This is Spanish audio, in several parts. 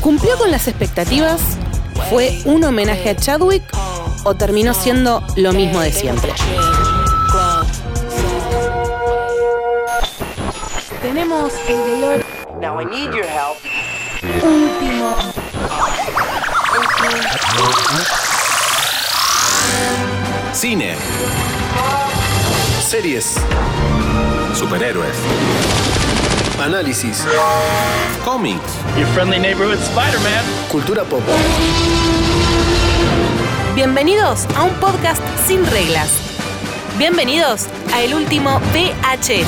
¿Cumplió con las expectativas? ¿Fue un homenaje a Chadwick o terminó siendo lo mismo de siempre? Tenemos el dolor Now I need your help. último. Cine. Series. Superhéroes. Análisis. Cómics. Your friendly neighborhood Spider-Man. Cultura pop. Bienvenidos a un podcast sin reglas. Bienvenidos a el último VHS.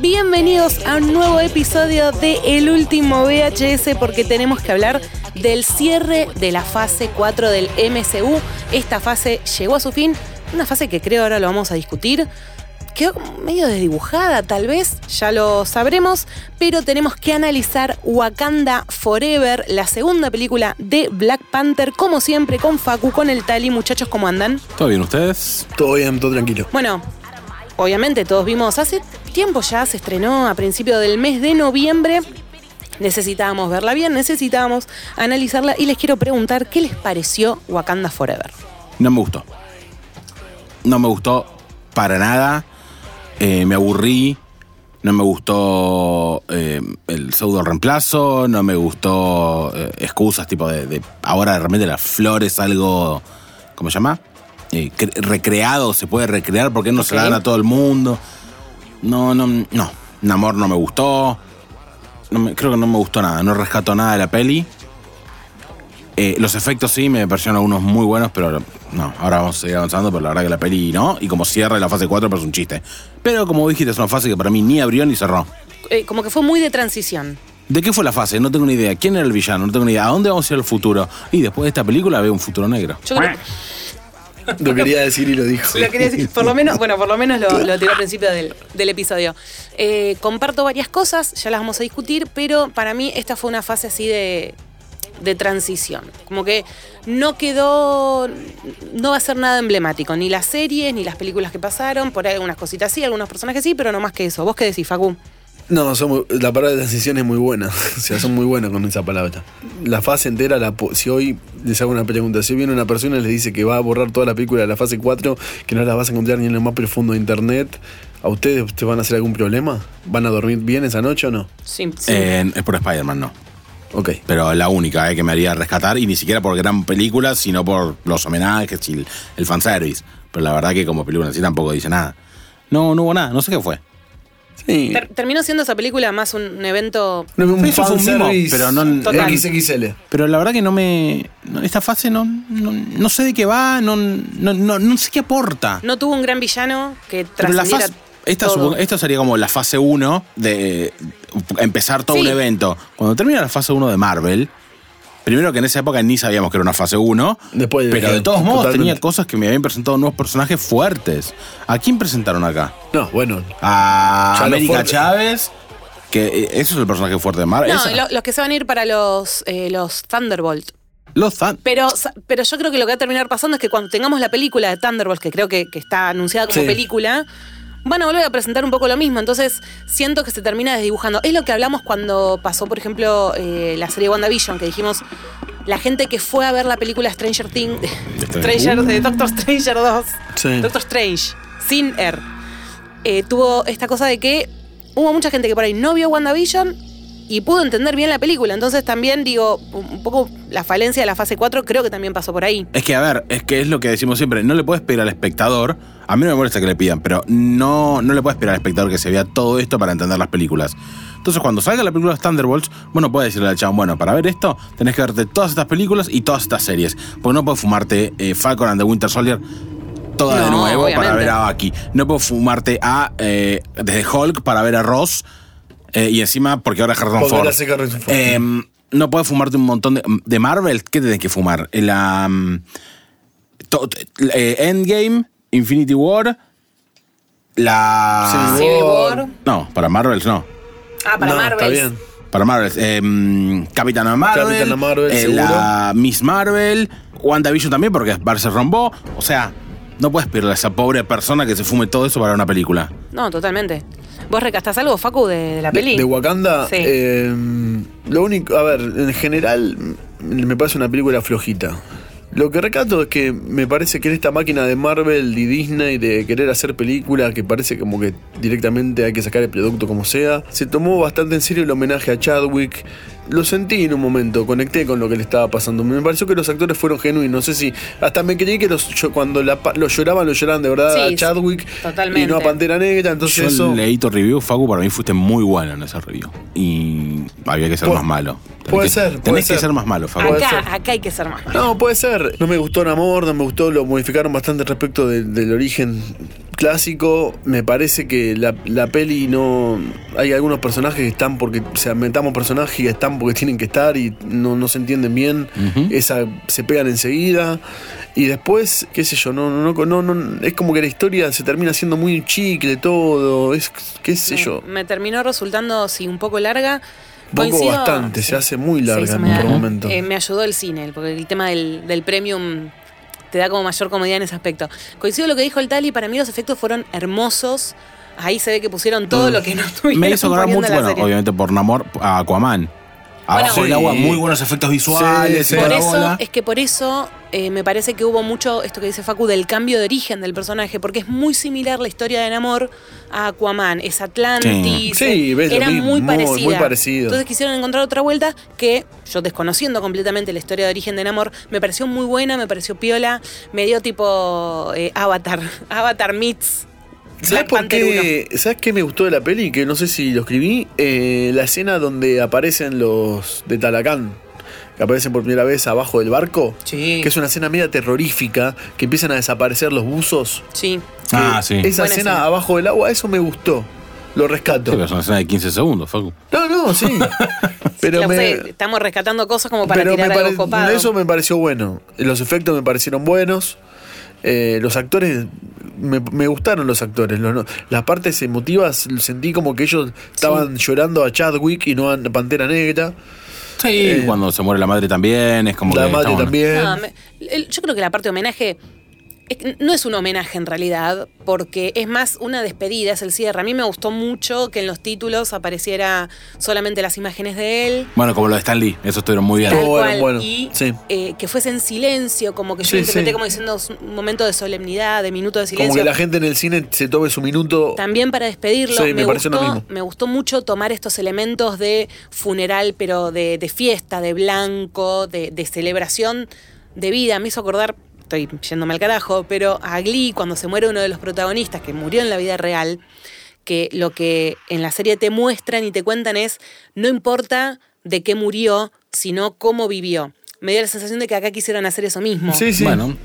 Bienvenidos a un nuevo episodio de El último VHS porque tenemos que hablar del cierre de la fase 4 del MCU. Esta fase llegó a su fin, una fase que creo ahora lo vamos a discutir. Quedó como medio desdibujada, tal vez, ya lo sabremos, pero tenemos que analizar Wakanda Forever, la segunda película de Black Panther, como siempre, con Facu, con el Tali. Muchachos, ¿cómo andan? ¿Todo bien ustedes? Todo bien, todo tranquilo. Bueno, obviamente todos vimos, hace tiempo ya se estrenó a principio del mes de noviembre. Necesitábamos verla bien, necesitábamos analizarla y les quiero preguntar qué les pareció Wakanda Forever. No me gustó. No me gustó para nada. Eh, me aburrí. No me gustó eh, el pseudo reemplazo. No me gustó eh, excusas tipo de, de- Ahora de repente las flores, algo. ¿Cómo se llama? Eh, cre- recreado, se puede recrear porque no se la dan a todo el mundo. No, no, no. Namor no me gustó. No me- creo que no me gustó nada. No rescato nada de la peli. Eh, los efectos sí, me parecieron algunos muy buenos, pero no, ahora vamos a seguir avanzando, pero la verdad que la peli no. Y como cierre la fase 4, pero es un chiste. Pero como dijiste, es una fase que para mí ni abrió ni cerró. Eh, como que fue muy de transición. ¿De qué fue la fase? No tengo ni idea. ¿Quién era el villano? No tengo ni idea. ¿A dónde vamos a ir al futuro? Y después de esta película veo un futuro negro. Yo creo, Lo quería decir y lo dijo. lo quería decir, por lo menos, bueno, por lo menos lo, lo tiré al principio del, del episodio. Eh, comparto varias cosas, ya las vamos a discutir, pero para mí esta fue una fase así de, de transición. Como que no quedó, no va a ser nada emblemático, ni las series, ni las películas que pasaron, por ahí algunas cositas sí, algunos personajes sí, pero no más que eso. ¿Vos qué decís, Facu? No, son muy- la palabra de transición es muy buena. O sea, son muy buenos con esa palabra. La fase entera, la po- si hoy les hago una pregunta, si viene una persona y les dice que va a borrar toda la película de la fase 4, que no la vas a encontrar ni en lo más profundo de internet, ¿a ustedes te van a hacer algún problema? ¿Van a dormir bien esa noche o no? Sí, sí. Eh, es por Spider-Man, no. Ok. Pero la única eh, que me haría rescatar, y ni siquiera por gran película, sino por los homenajes y el, el fanservice. Pero la verdad que como película en sí tampoco dice nada. No, no hubo nada. No sé qué fue. Sí. Ter- terminó siendo esa película más un evento No, un Eso fue un mimo, fanservice pero no- Total. XXL. Pero la verdad que no me. no, esta fase no, no, no sé de qué va, no, no, no, no sé qué aporta. No tuvo un gran villano que Pero la trascendiera fase. Esta, todo. supongo- esta sería como la fase 1 de eh, empezar todo Sí. un evento. Cuando termina la fase 1 de Marvel, primero que en esa época ni sabíamos que era una fase 1, Después de- pero de todos modos totalmente. tenía cosas que me habían presentado nuevos personajes fuertes. ¿A quién presentaron acá? No, bueno. A Ya lo América fuerte. Chávez, que eh, eso es el personaje fuerte de Marvel. No, Esa- lo- los que se van a ir para los, eh, los Thunderbolt. los Thun- Pero, sa- pero yo creo que lo que va a terminar pasando es que cuando tengamos la película de Thunderbolt, que creo que, que está anunciada como Sí. película, van a volver a presentar un poco lo mismo. Entonces siento que se termina desdibujando. Es lo que hablamos cuando pasó, por ejemplo, eh, la serie WandaVision, que dijimos, la gente que fue a ver la película Stranger Things, Stranger, de Doctor Stranger 2, Sí. Doctor Strange, sin R, eh, tuvo esta cosa de que hubo mucha gente que por ahí no vio WandaVision y pudo entender bien la película. Entonces también digo, un un poco la falencia de la fase 4 creo que también pasó por ahí. Es que, a ver, es que es lo que decimos siempre, no le puedes pedir al espectador, a mí no me molesta que le pidan, pero no, no le puedes pedir al espectador que se vea todo esto para entender las películas. Entonces, cuando salga la película Thunderbolts, bueno, puedes decirle al chabón, bueno, para ver esto, tenés que verte todas estas películas y todas estas series. Porque no puedes fumarte eh, Falcon and the Winter Soldier toda de No, nuevo obviamente. para ver a Bucky. No puedes fumarte a eh, desde Hulk para ver a Ross. eh, y encima, porque ahora Harrison Porque Ford. ahora sí que Harrison Ford. Em, no puedes fumarte un montón de. ¿De Marvel? ¿Qué tenés que fumar? La. mm, to- eh, Endgame, Infinity War, la. Civil War. No, para Marvel no. Ah, para Ah. No, Marvel. Está bien. Para Marvel. em, Capitana Marvel. eh, Capitana Marvel, seguro. la Miss Marvel. WandaVision también, porque Barça rombó. O sea, no puedes pedirle a esa pobre persona que se fume todo eso para una película. No, totalmente. ¿Vos recastás algo, Facu, de, de la De- peli? De, Wakanda. Sí. eh, lo único, a ver, en general mm, me parece una película flojita. Lo que recato es que me parece que en esta máquina de Marvel y Disney de querer hacer películas que parece como que directamente hay que sacar el producto como sea, se tomó bastante en serio el homenaje a Chadwick. Lo sentí en un momento, conecté con lo que le estaba pasando. Me pareció que los actores fueron genuinos. No sé si. Hasta me creí que los, yo- cuando la pa- lo lloraban, lo lloraban de verdad Sí, a Chadwick. Y totalmente. no a Pantera Negra. Entonces Yo eso. leí tu review, Facu, para mí fuiste muy bueno en ese review. Y había que ser Pu- más malo. Tenés puede que- ser, puede Tenés ser. que ser más malo, Facu. puede acá, ser. acá hay que ser más. No, puede ser. No me gustó Namor, no me gustó, lo modificaron bastante respecto de- del origen clásico. Me parece que la, la peli no. Hay algunos personajes que están porque. O sea, metamos personajes y están porque tienen que estar y no, no se entienden bien. Ujú. Esa se pegan enseguida. Y después, qué sé yo, no, no, no, no, no- Es como que la historia se termina siendo muy chicle todo. Es qué sé me, yo. me terminó resultando, sí, un poco larga. Poco Coincido- bastante, se hace muy Se larga hizo en muy otro larga. momento. Eh, me ayudó el cine, el- porque el tema del, del premium te da como mayor comodidad en ese aspecto. Coincido lo que dijo el Tali, para mí los efectos fueron hermosos. Ahí se ve que pusieron todo lo que no tuvieron. Me hizo acordar poniendo mucho, en la bueno, serie. obviamente por Namor, a Aquaman. Abajo Bueno. del agua, Sí. muy buenos efectos visuales. Sí, sí. toda Por la eso, bola. es que por eso eh, me parece que hubo mucho esto que dice Facu del cambio de origen del personaje, porque es muy similar la historia de Namor a Aquaman, es Atlantis, Sí. eh, Sí, ves lo era mismo, muy muy- parecida. muy parecido. Entonces quisieron encontrar otra vuelta que yo desconociendo completamente la historia de origen de Namor, me pareció muy buena, me pareció piola, me dio tipo eh, Avatar, Avatar meets ¿Sabes Black por Panther qué? ¿Sabes qué me gustó de la peli? Que no sé si lo escribí. Eh, la escena donde aparecen los de Talacán. Que aparecen por primera vez abajo del barco. Sí. Que es una escena media terrorífica. Que empiezan a desaparecer los buzos. Sí. Ah, Eh, sí. Esa Buena escena escena. abajo del agua, eso me gustó. Lo rescato. Sí, pero es una escena de 15 segundos, Facu. No, no, sí. pero Lo me, sé, estamos rescatando cosas como para pero tirar me algo pare- copado. Eso me pareció bueno. Los efectos me parecieron buenos. Eh, los actores. Me, me gustaron los actores. Los no- las partes emotivas sentí como que ellos estaban llorando a Chadwick y no a Pantera Negra. Sí, cuando se muere la madre también, es como la que madre estamos- también. No, me- el- yo creo que la parte de homenaje es que no es un homenaje en realidad, porque es más una despedida, es el cierre. A mí me gustó mucho que en los títulos apareciera solamente las imágenes de él. Bueno, como lo de Stan Lee, eso estuvieron muy bien. Tal Estuvo bueno, cual, bueno, y sí. eh, que fuese en silencio, como que yo Sí, lo interpreté sí. como diciendo "Es un momento de solemnidad, de minuto de silencio. Como que la gente en el cine se tome su minuto. También para despedirlo, Sí, me, me pareció lo gustó, mismo. me gustó mucho tomar estos elementos de funeral, pero de, de fiesta, de blanco, de, de celebración de vida. Me hizo acordar, estoy yéndome al carajo, pero a Glee, cuando se muere uno de los protagonistas que murió en la vida real, que lo que en la serie te muestran y te cuentan es, no importa de qué murió, sino cómo vivió. Me dio la sensación de que acá quisieron hacer eso mismo. Sí, sí. Bueno.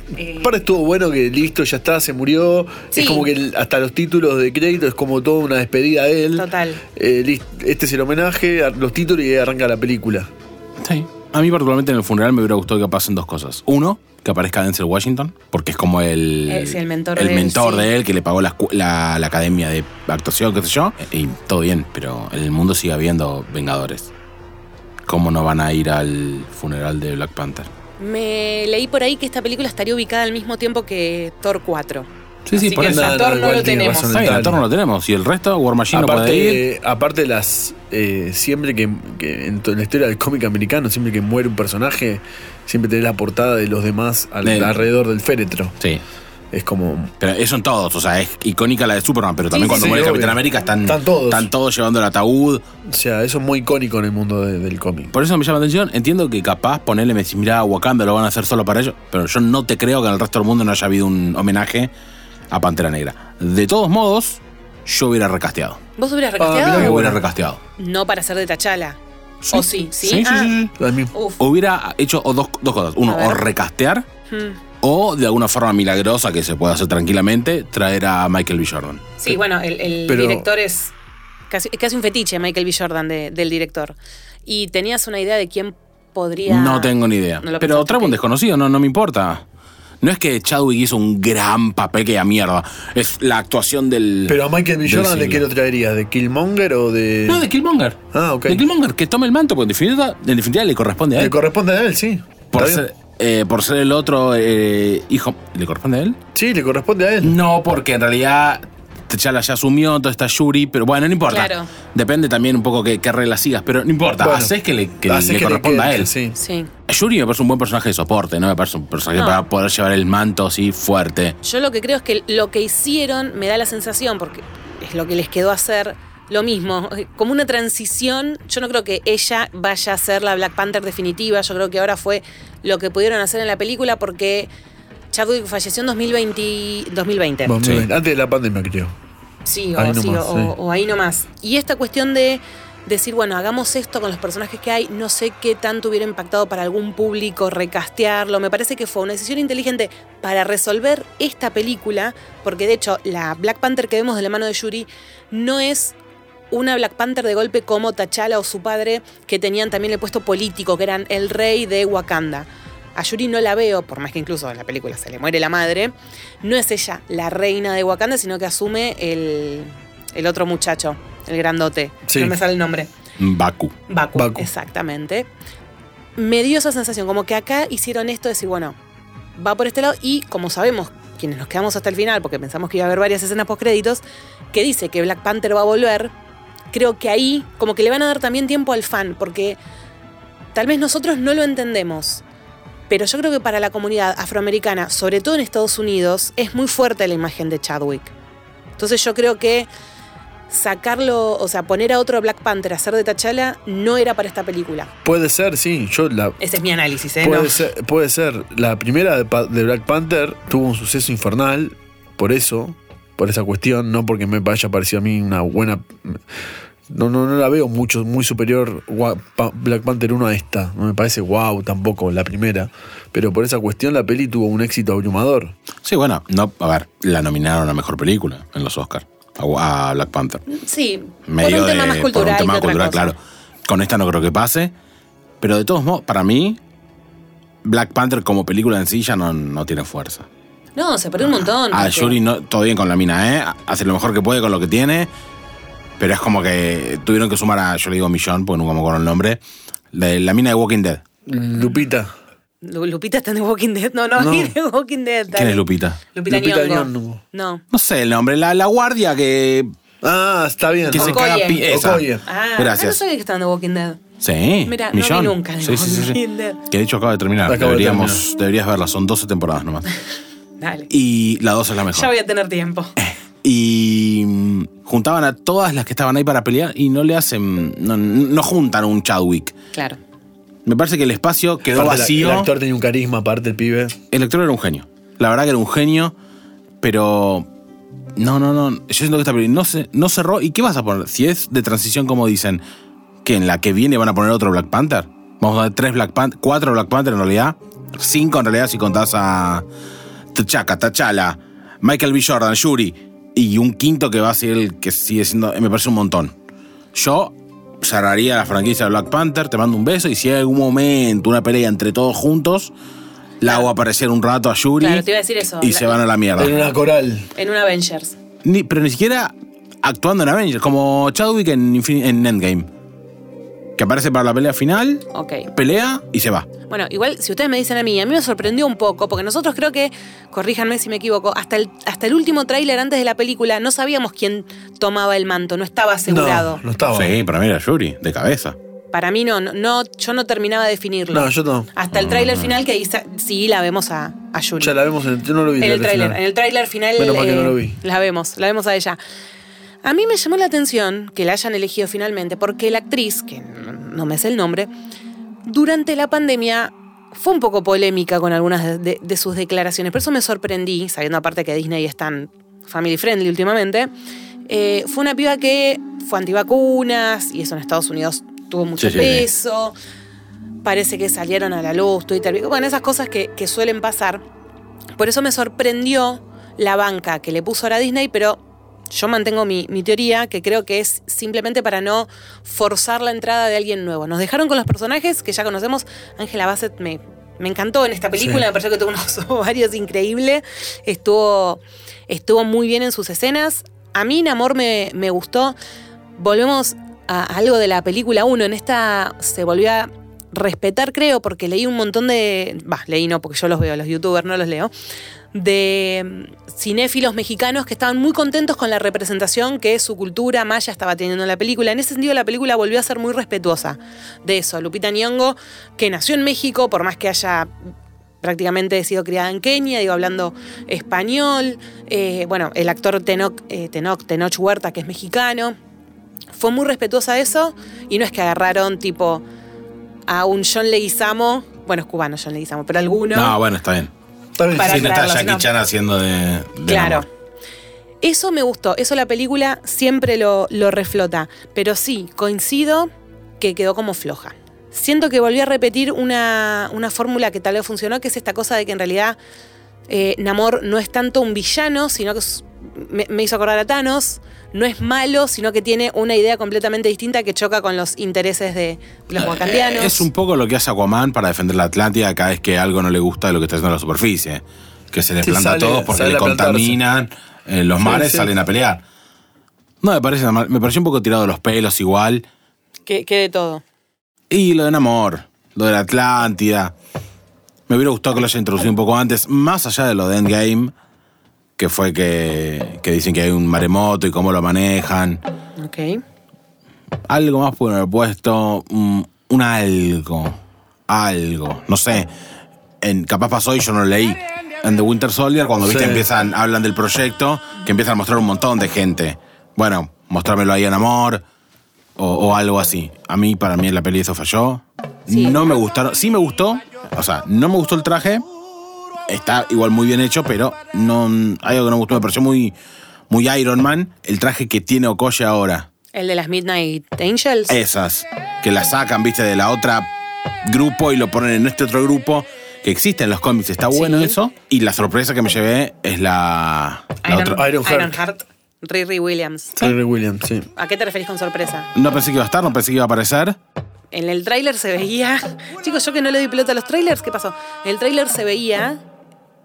Aparte estuvo bueno que listo, ya está, se murió. Eh, Sí. Es como que el- hasta los títulos de crédito es como toda una despedida a él. Total. Eh, lis- este es el homenaje, a los títulos y ahí arranca la película. Sí. A mí particularmente en el funeral me hubiera gustado que pasen dos cosas. Uno, que aparezca Denzel Washington, porque es como el, Es el mentor de él, mentor sí. de él, que le pagó la, escu- la- la academia de actuación, qué sé yo. Y todo bien, pero en el mundo sigue habiendo Vengadores. ¿Cómo no van a ir al funeral de Black Panther? Me leí por ahí que esta película estaría ubicada al mismo tiempo que Thor 4. Sí, sí, Así por que eso. el Sator no igual lo tiene tenemos. razón el Está bien, el Tano. torno lo tenemos. Y el resto, War Machine no puede ir. Aparte, aparte las eh, siempre que, que en to- la historia del cómic americano, siempre que muere un personaje, siempre tenés la portada de los demás al- Del- alrededor del féretro. Sí. Es como Pero eso en todos, o sea, es icónica la de Superman, pero también Sí, cuando sí, muere sí, el Capitán obvio. América están, Están todos. están todos llevando el ataúd. o sea, eso es muy icónico en el mundo de- del cómic. Por eso me llama la atención. Entiendo que capaz ponerle, me decís, mirá, Wakanda lo van a hacer solo para ellos, pero yo no te creo que en el resto del mundo no haya habido un homenaje a Pantera Negra. De todos modos, yo hubiera recasteado. ¿Vos hubieras mirá recasteado? qué Yo hubiera bueno. recasteado. No para ser de Tachala. ¿O sí? ¿Sí? Sí, sí, Ah, sí, sí. A mí- Uf. Hubiera hecho o dos, dos cosas. Uno, A ver. o recastear, Mm. o de alguna forma milagrosa que se pueda hacer tranquilamente, traer a Michael B. Jordan. Sí, bueno, el, el Pero- director es casi, es casi un fetiche, Michael B. Jordan, de- del director. ¿Y tenías una idea de quién podría...? No tengo ni idea. No lo pero pensaste, traigo un ok. desconocido, no, no me importa. No es que Chadwick hizo un gran papel que a mierda. Es la actuación del. Pero a Michael B. del Jordan, ¿de siglo. qué lo traerías? ¿De Killmonger o de.? No, de Killmonger. Ah, ok. De Killmonger, que tome el manto, porque en definitiva, en definitiva le corresponde a Le él. corresponde a él, sí. por, Está ser, bien. eh, por ser el otro eh, hijo. ¿Le corresponde a él? Sí, le corresponde a él. No, porque en realidad T'Challa ya asumió, todo está Yuri, pero bueno, no importa. Claro. Depende también un poco qué, qué reglas sigas, pero no importa. Bueno, haces que le, que haces le que le corresponda a quede, él. Sí. Sí. Yuri me parece un buen personaje de soporte, ¿no? Me parece un personaje No. para poder llevar el manto así fuerte. Yo lo que creo es que lo que hicieron me da la sensación, porque es lo que les quedó hacer, lo mismo, como una transición. Yo no creo que ella vaya a ser la Black Panther definitiva. Yo creo que ahora fue lo que pudieron hacer en la película porque Chadwick falleció en 2020. 2020. Vamos, Sí. muy bien. Antes de la pandemia, creo. Sí, o, Ahí sí, nomás, o- sí. o ahí nomás. Y esta cuestión de decir, bueno, hagamos esto con los personajes que hay, no sé qué tanto hubiera impactado para algún público recastearlo. Me parece que fue una decisión inteligente para resolver esta película, porque de hecho la Black Panther que vemos de la mano de Yuri no es una Black Panther de golpe como T'Challa o su padre, que tenían también el puesto político, que eran el rey de Wakanda. A Yuri no la veo, por más que incluso en la película se le muere la madre, no es ella la reina de Wakanda, sino que asume el, el otro muchacho, el grandote. Sí. No me sale el nombre. Baku. Baku, Baku. Exactamente. Me dio esa sensación, como que acá hicieron esto de decir, bueno, va por este lado y como sabemos, quienes nos quedamos hasta el final, porque pensamos que iba a haber varias escenas post créditos, que dice que Black Panther va a volver, creo que ahí como que le van a dar también tiempo al fan, porque tal vez nosotros no lo entendemos. Pero yo creo que para la comunidad afroamericana, sobre todo en Estados Unidos, es muy fuerte la imagen de Chadwick. Entonces yo creo que sacarlo, o sea, poner a otro Black Panther a hacer de T'Challa no era para esta película. Puede ser, sí. Yo la. Ese es mi análisis, ¿eh? Puede, No. ser, puede ser. La primera de, Pa- de Black Panther tuvo un suceso infernal. Por eso. Por esa cuestión. No porque me haya parecido a mí una buena. No, no, no la veo mucho, muy superior Wa- Pa- Black Panther 1 a esta. No me parece wow tampoco, la primera. Pero por esa cuestión la peli tuvo un éxito abrumador. Sí, bueno, no, a ver, la nominaron a mejor película en los Oscars. A, a Black Panther. Sí, Medio por un tema de- más por cultural. un tema que otra cultural, cosa. claro. Con esta no creo que pase. Pero de todos modos, para mí, Black Panther como película en sí ya no, no tiene fuerza. No, se perdió un montón. A porque- Yuri no, todo bien con la mina, ¿eh? Hace lo mejor que puede con lo que tiene. Pero es como que tuvieron que sumar a, yo le digo Millón, porque nunca me acuerdo el nombre, de la mina de Walking Dead. Mm. Lupita. Lu- Lupita está en The Walking Dead. No, no, No. en The Walking Dead. ¿Quién dale. es Lupita? Lupita, Lupita Nyong'o. Nyong'o. No. No sé el nombre, la, la guardia que, Ah, está bien. que se Okoye. caga pi- esa. Okoye. Ah, ah, no Gracias. sabía que está en The Walking Dead. Sí, Mira, no Millón. vi nunca The sí, sí, sí, sí. Walking Dead. Que de hecho acaba de terminar. Acaba de Deberíamos, terminar. Deberías verla, son 12 temporadas nomás. Dale. Y la 2 es la Ya mejor. voy a tener tiempo. Eh. Y mm, juntaban a todas las que estaban ahí para pelear y no le hacen. No, no juntan un Chadwick. Claro. Me parece que el espacio quedó Aparte, la- vacío. el actor tenía un carisma aparte, el pibe. El actor era un genio. La verdad que era un genio, pero. No, no, no. Yo siento que esta película no, se- no cerró. ¿Y qué vas a poner? Si es de transición, como dicen, que en la que viene van a poner otro Black Panther. Vamos a ver tres Black Panther, cuatro Black Panther en realidad. Cinco en realidad si contás a T'Chaka, T'Challa, Michael B. Jordan, Yuri. Y un quinto que va a ser el que sigue siendo. Me parece un montón. Yo cerraría la franquicia de Black Panther, te mando un beso. Y si hay algún momento, una pelea entre todos juntos, la hago aparecer un rato a Yuri. Claro, te iba a decir eso. Y La- se van a la mierda. Tenía una coral. En un Avengers. Ni- pero ni siquiera actuando en Avengers, como Chadwick en, Infin- en Endgame. Que aparece para la pelea final, Ok. pelea y se va. Bueno, igual si ustedes me dicen a mí, a mí me sorprendió un poco, porque nosotros creo que, corríjanme si me equivoco, hasta el, hasta el último tráiler antes de la película no sabíamos quién tomaba el manto, no estaba asegurado. No, no estaba. Sí, para mí era Yuri, de cabeza. Para mí no, no, no, yo no terminaba de definirlo. No, yo no. Hasta el tráiler final que dice, sí, la vemos a, a Yuri. Ya la vemos en el. Yo no lo vi. en la el tráiler, original. en el tráiler final eh, Menos mal que no lo vi. la vemos, la vemos a ella. A mí me llamó la atención que la hayan elegido finalmente porque la actriz, que no no me sé el nombre, durante la pandemia fue un poco polémica con algunas de, de- de sus declaraciones. Por eso me sorprendí, sabiendo aparte que Disney es tan family friendly últimamente. Eh, fue una piba que fue antivacunas y eso en Estados Unidos tuvo mucho Sí, sí, sí. peso. Parece que salieron a la luz, Twitter. Bueno, esas cosas que, que suelen pasar. Por eso me sorprendió la banca que le puso ahora Disney, pero yo mantengo mi, mi teoría, que creo que es simplemente para no forzar la entrada de alguien nuevo. Nos dejaron con los personajes que ya conocemos. Ángela Bassett me, me encantó en esta película, Sí. me pareció que tuvo unos ovarios increíbles. Estuvo, estuvo muy bien en sus escenas. A mí, Namor me, me gustó. Volvemos a algo de la película 1. En esta se volvió a respetar, creo, porque leí un montón de. Bah, leí no, porque yo los veo, los youtubers no los leo de mm, cinéfilos mexicanos que estaban muy contentos con la representación que su cultura maya estaba teniendo en la película. En ese sentido, la película volvió a ser muy respetuosa de eso. Lupita Nyong'o, que nació en México, por más que haya prácticamente sido criada en Kenia, digo, hablando español. Eh, bueno, el actor Tenoch, eh, Tenoch, Tenoch Huerta, que es mexicano. Fue muy respetuosa de eso y no es que agarraron tipo a un John Leguizamo, bueno, es cubano John Leguizamo, pero alguno. No, bueno, está bien. Está bien. Para sí, no está traerlos, Jackie no. Chan haciendo de. de Claro. Namor. Eso me gustó, eso la película siempre lo, lo reflota, pero sí, coincido que quedó como floja. Siento que volví a repetir una, una fórmula que tal vez funcionó, que es esta cosa de que en realidad eh, Namor no es tanto un villano, sino que es- me, me hizo acordar a Thanos, no es malo, sino que tiene una idea completamente distinta que choca con los intereses de los wakandianos. Eh, Es un poco lo que hace Aquaman para defender la Atlántida cada vez que algo no le gusta de lo que está haciendo la superficie. Que se les Sí, planta sale- a todos porque sale le a plantarse. contaminan eh, los Sí, mares, sí. salen a pelear. No, me parece mal. Me pareció un poco tirado de los pelos igual. que, que de todo. Y lo de Namor, lo de la Atlántida. Me hubiera gustado que lo haya introducido un poco antes, más allá de lo de Endgame, que fue que, que dicen que hay un maremoto y cómo lo manejan. Ok. Algo más pueden haber puesto. Un, un algo. Algo. No sé. En, capaz pasó y yo no lo leí. En The Winter Soldier, cuando viste, Sí. empiezan, hablan del proyecto, que empiezan a mostrar un montón de gente. Bueno, mostrármelo ahí en amor. O, o algo así. A mí, para mí, en la peli eso falló. No me gustaron. Sí me gustó. O sea, no me gustó el traje. Está igual muy bien hecho, pero no hay algo que no me gustó. Me pareció muy, muy Iron Man el traje que tiene Okoye ahora. El de las Midnight Angels. Eh, Esas, que la sacan, viste, de la otra grupo y lo ponen en este otro grupo que existe en los cómics. Está bueno Sí. eso. Y la sorpresa que me llevé es la, la Iron, otra. Ironheart. Ironheart, Riri Williams. Henry Williams, sí. ¿A qué te referís con sorpresa? No pensé que iba a estar, no pensé que iba a aparecer. En el tráiler se veía... Chicos, yo que no le doy pelota a los trailers, ¿qué pasó? En el tráiler se veía...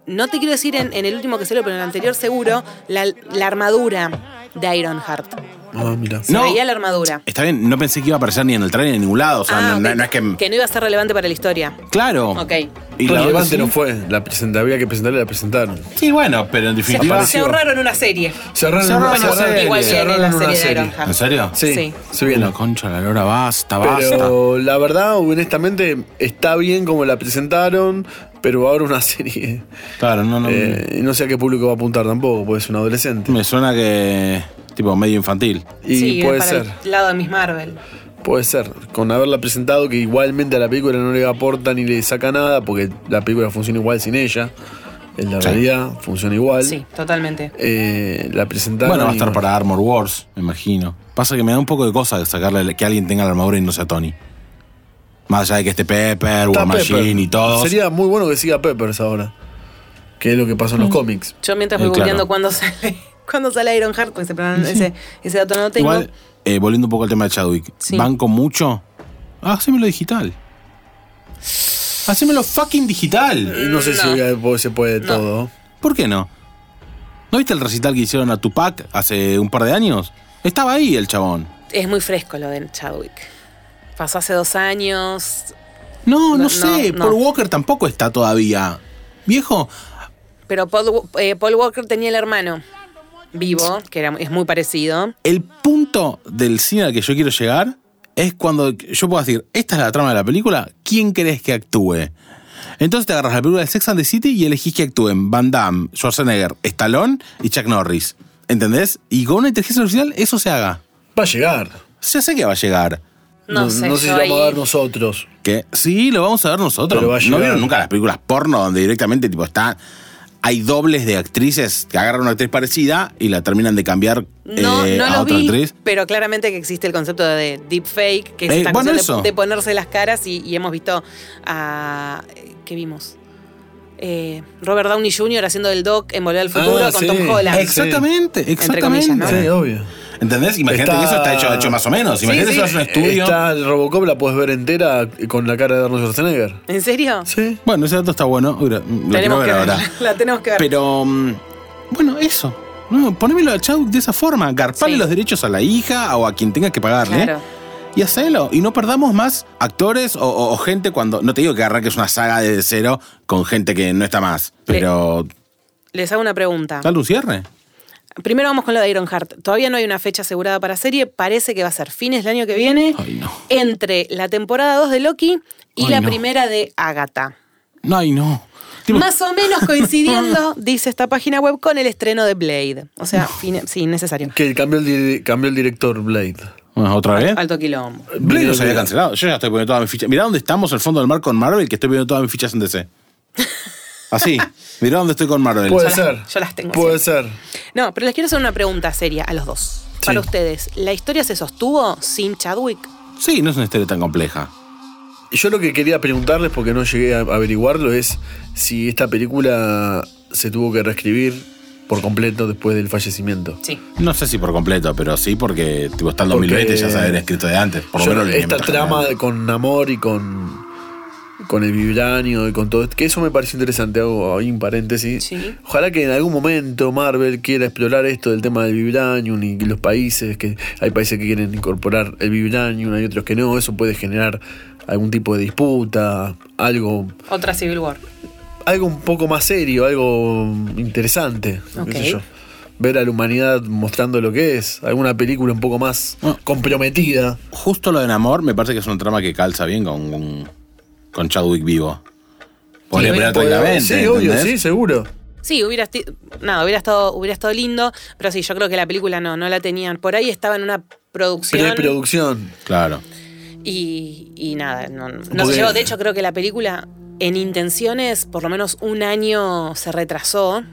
No te quiero decir en, en el último que salió, pero en el anterior seguro, la, la armadura de Ironheart. Ah, mira. Se No. veía la armadura. Está bien, no pensé que iba a aparecer ni en el tren ni en ningún lado. O sea, Ah, no, ok. no- no es que. no iba a ser relevante para la historia. Claro. Ok. Y la Relevante otra no sí. fue. La presenta- había que presentarla y la presentaron. Sí, bueno, pero en Se, definitiva. se ahorraron una serie. Cerraron Se en- ahorraron cerraron- una serie. Igual viene cerraron la en serie una de serie. Ironheart. ¿En serio? Sí, Sí. se viene. La concha, de la lora, basta, basta. Pero la verdad, honestamente, está bien como la presentaron, pero ahora una serie. Claro, no, no. Eh, y no sé a qué público va a apuntar tampoco, porque es un adolescente. Me suena que. Tipo, medio infantil. Y sí, puede para ser, el lado de Miss Marvel. puede ser. Con haberla presentado, que igualmente a la película no le aporta ni le saca nada, porque la película funciona igual sin ella. En la Sí. realidad funciona igual. Sí, totalmente. Eh, la presentaron. Bueno, va a y- estar para Armor Wars, me imagino. Pasa que me da un poco de cosa de sacarle que alguien tenga la armadura y no sea Tony. Más allá de que esté Pepper, Está War Machine Pepper. y todos. Sería muy bueno que siga Peppers ahora. Que es lo que pasó Mm. en los cómics. Yo mientras Eh, voy claro. googleando cuándo sale, cuándo sale Ironheart, porque ese, plan- ese, ese dato no lo tengo. Igual, eh, volviendo un poco al tema de Chadwick, Sí. banco mucho. Hacémelo digital. Hacémelo fucking Y digital. no sé si No. hoy a- hoy se puede todo. ¿Por qué no? ¿No viste el recital que hicieron a Tupac hace un par de años? Estaba ahí el chabón. Es muy fresco lo de Chadwick. Pasó hace dos años, No, no, No, sé. no, no. Paul Walker tampoco está todavía. Viejo, pero Paul, Wa- eh, Paul Walker tenía el hermano vivo, que era, es muy parecido. El punto del cine al que yo quiero llegar es cuando yo puedo decir, esta es la trama de la película, ¿quién querés que actúe? Entonces te agarras la película de Sex and the City y elegís que actúen Van Damme, Schwarzenegger, Stallone y Chuck Norris. ¿Entendés? Y con una inteligencia artificial eso se haga. Va a llegar. Se sé que va a llegar. No, sé, no sé si yo la ahí- vamos a ver nosotros. Que sí, lo vamos a ver nosotros. Pero va a ¿No llegar. vieron nunca las películas porno donde directamente tipo está... Hay dobles de actrices que agarran una actriz parecida y la terminan de cambiar no, eh, no a lo otra vi, actriz. pero claramente que existe el concepto de deepfake, que es Eh, esta bueno, cuestión eso. de, de ponerse las caras y, y hemos visto a... ¿Qué vimos? Eh, Robert Downey Jr. haciendo el doc en Volver al Futuro Ah, con sí. Tom Holland. Exactamente, exactamente. comillas, ¿no? Sí, obvio. ¿Entendés? Imagínate Está- que eso está hecho, hecho más o menos. Imagínate Sí, eso sí. es un estudio. Está el Robocop, la puedes ver entera con la cara de Arnold Schwarzenegger. ¿En serio? Sí. Bueno, ese dato está bueno. Uy, Lo quiero tenemos ver que ahora. verla, La tenemos que ver. Pero, mm, bueno, eso. No, ponémelo a Chau de esa forma. Garparle Sí. los derechos a la hija o a quien tenga que pagarle. Claro. Y hacelo. Y no perdamos más actores o, o- o gente cuando. No te digo que arranques una saga desde cero con gente que no está más. Pero les hago una pregunta. ¿Dale un cierre? Primero vamos con lo de Ironheart. Todavía no hay una fecha asegurada para serie. Parece que va a ser fines del año que viene. Ay, no. Entre la temporada 2 de Loki y Ay, la no. primera de Agatha. No, y no. Tipo, Más o menos coincidiendo, dice esta página web, con el estreno de Blade. O sea, fine- sí, necesario. Que cambió el, di- cambió el director Blade. Bueno, ¿Otra vez? Alto quilombo. Blade no se había cancelado. Yo ya estoy poniendo todas mis fichas. Mirá dónde estamos al fondo del mar con Marvel, que estoy poniendo todas mis fichas en DC. Así. Mirá dónde estoy con Marvel. Puede las- ser. yo las tengo Puede ser. No, pero les quiero hacer una pregunta seria a los dos. Sí. Para ustedes, ¿la historia se sostuvo sin Chadwick? Sí, no es una historia tan compleja. Yo lo que quería preguntarles, porque no llegué a averiguarlo, es si esta película se tuvo que reescribir por completo después del fallecimiento. Sí. No sé si por completo, pero sí porque tipo, está el Porque- 2020 ya se había escrito de antes. Por lo Yo- menos el que esta me trama trajeron. con amor y con, con el vibranio y con todo, que eso me pareció interesante, hago ahí un paréntesis. Sí. Ojalá que en algún momento Marvel quiera explorar esto del tema del vibranium y los países, que hay países que quieren incorporar el vibranium, hay otros que no, eso puede generar algún tipo de disputa, algo Otra Civil War. algo un poco más serio, algo interesante. Ok. qué sé yo. Ver a la humanidad mostrando lo que es, alguna película un poco más Bueno. comprometida. Justo lo de Namor me parece que es una trama que calza bien con, con, con Chadwick vivo. Podría pelear tranquilamente. Sí, obvio, ¿entendés? sí, seguro. Sí, hubiera, esti- nada, hubiera, estado, hubiera estado lindo, pero sí, yo creo que la película no, no la tenían. Por ahí estaba en una producción Preproducción. Claro. y, y nada, no, no Porque- se llegó. De hecho, creo que la película en intenciones por lo menos un año se retrasó.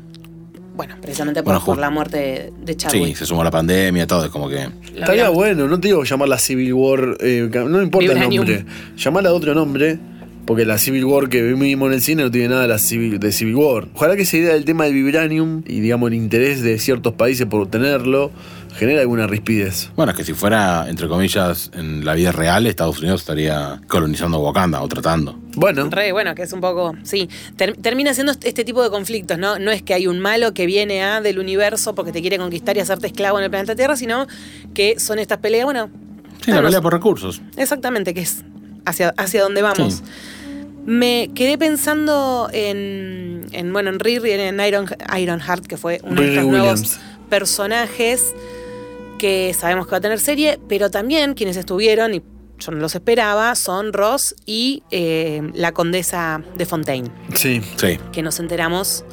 Bueno, precisamente por, Bueno, ju- por la muerte de Sí, Chadwick. se sumó la pandemia, todo, es como que. Lo Estaría hablamos. bueno, no te digo llamarla Civil War, eh, no importa Vibranium. el nombre. Llamarla de otro nombre, porque la Civil War que vimos en el cine no tiene nada de, la Civil, de Civil War. Ojalá que esa idea del tema del vibranium y digamos el interés de ciertos países por obtenerlo genere alguna rispidez. Bueno, es que si fuera, entre comillas, en la vida real, Estados Unidos estaría colonizando Wakanda o tratando. Bueno, Re, bueno, que es un poco. Sí, ter- termina siendo est- este tipo de conflictos, ¿no? No es que hay un malo que viene a del universo porque te quiere conquistar y hacerte esclavo en el planeta Tierra, sino que son estas peleas, bueno, Sí, la Claro, pelea sí. por recursos. exactamente, que es hacia, hacia dónde vamos. Sí. Me quedé pensando en, en, bueno, en Riri, en Iron, Ironheart, que fue uno de Riri estos Williams. nuevos personajes que sabemos que va a tener serie, pero también quienes estuvieron, y yo no los esperaba, son Ross y eh, la condesa de Fontaine, sí, Sí. que nos enteramos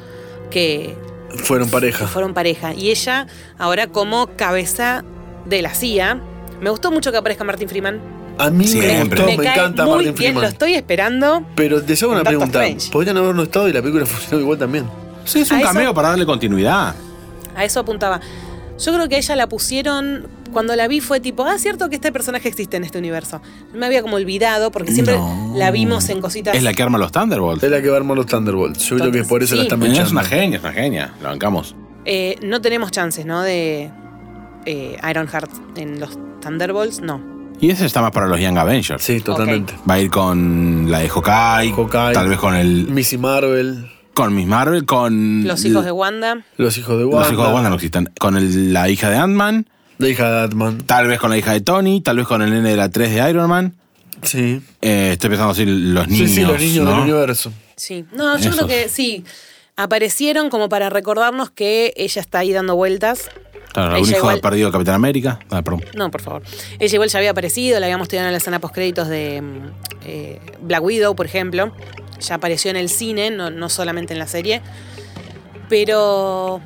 que fueron pareja. fueron pareja. Y ella ahora como cabeza de la CIA. Me gustó mucho que aparezca Martin Freeman. A mí Siempre. me gustó, me, cae encanta muy Martin bien, Freeman. lo estoy esperando. Pero te hago una Doctor pregunta. Strange. Podrían haberlo estado y la película funcionó igual también. Sí, es A un eso- cameo para darle continuidad. A eso apuntaba. Yo creo que a ella la pusieron. Cuando la vi fue tipo, ah, cierto que este personaje existe en este universo. Me había como olvidado porque siempre No. la vimos en cositas. Es la que arma los Thunderbolts. Es la que va a armar los Thunderbolts. Yo creo que por eso Sí. la están Es mechando. una genia, es una genia. La bancamos. Eh, no tenemos chances, ¿no? De eh, Ironheart en los Thunderbolts, no. Y ese está más para los Young Avengers. Sí, totalmente. Va a ir con la de Hawkeye, Hawkeye. tal vez con el Missy Marvel, con Miss Marvel, con Los hijos de Wanda. los hijos de los Wanda, hijos de Wanda no existen, con el- la hija de Ant-Man, la hija de Atman. tal vez con la hija de Tony, tal vez con el nene de la 3 de Iron Man. Sí. Eh, estoy pensando así los sí, niños, sí, los niños ¿no? del universo. Sí. No, yo creo Esos. que sí. Aparecieron como para recordarnos que ella está ahí dando vueltas. Claro, Ella algún hijo igual- ha perdido de Capitán América. Ah, perdón. No, por favor. Ella igual ya había aparecido, la habíamos tenido en la escena postcréditos de mm, eh, Black Widow, por ejemplo. Ya apareció en el cine, no, no solamente en la serie. Pero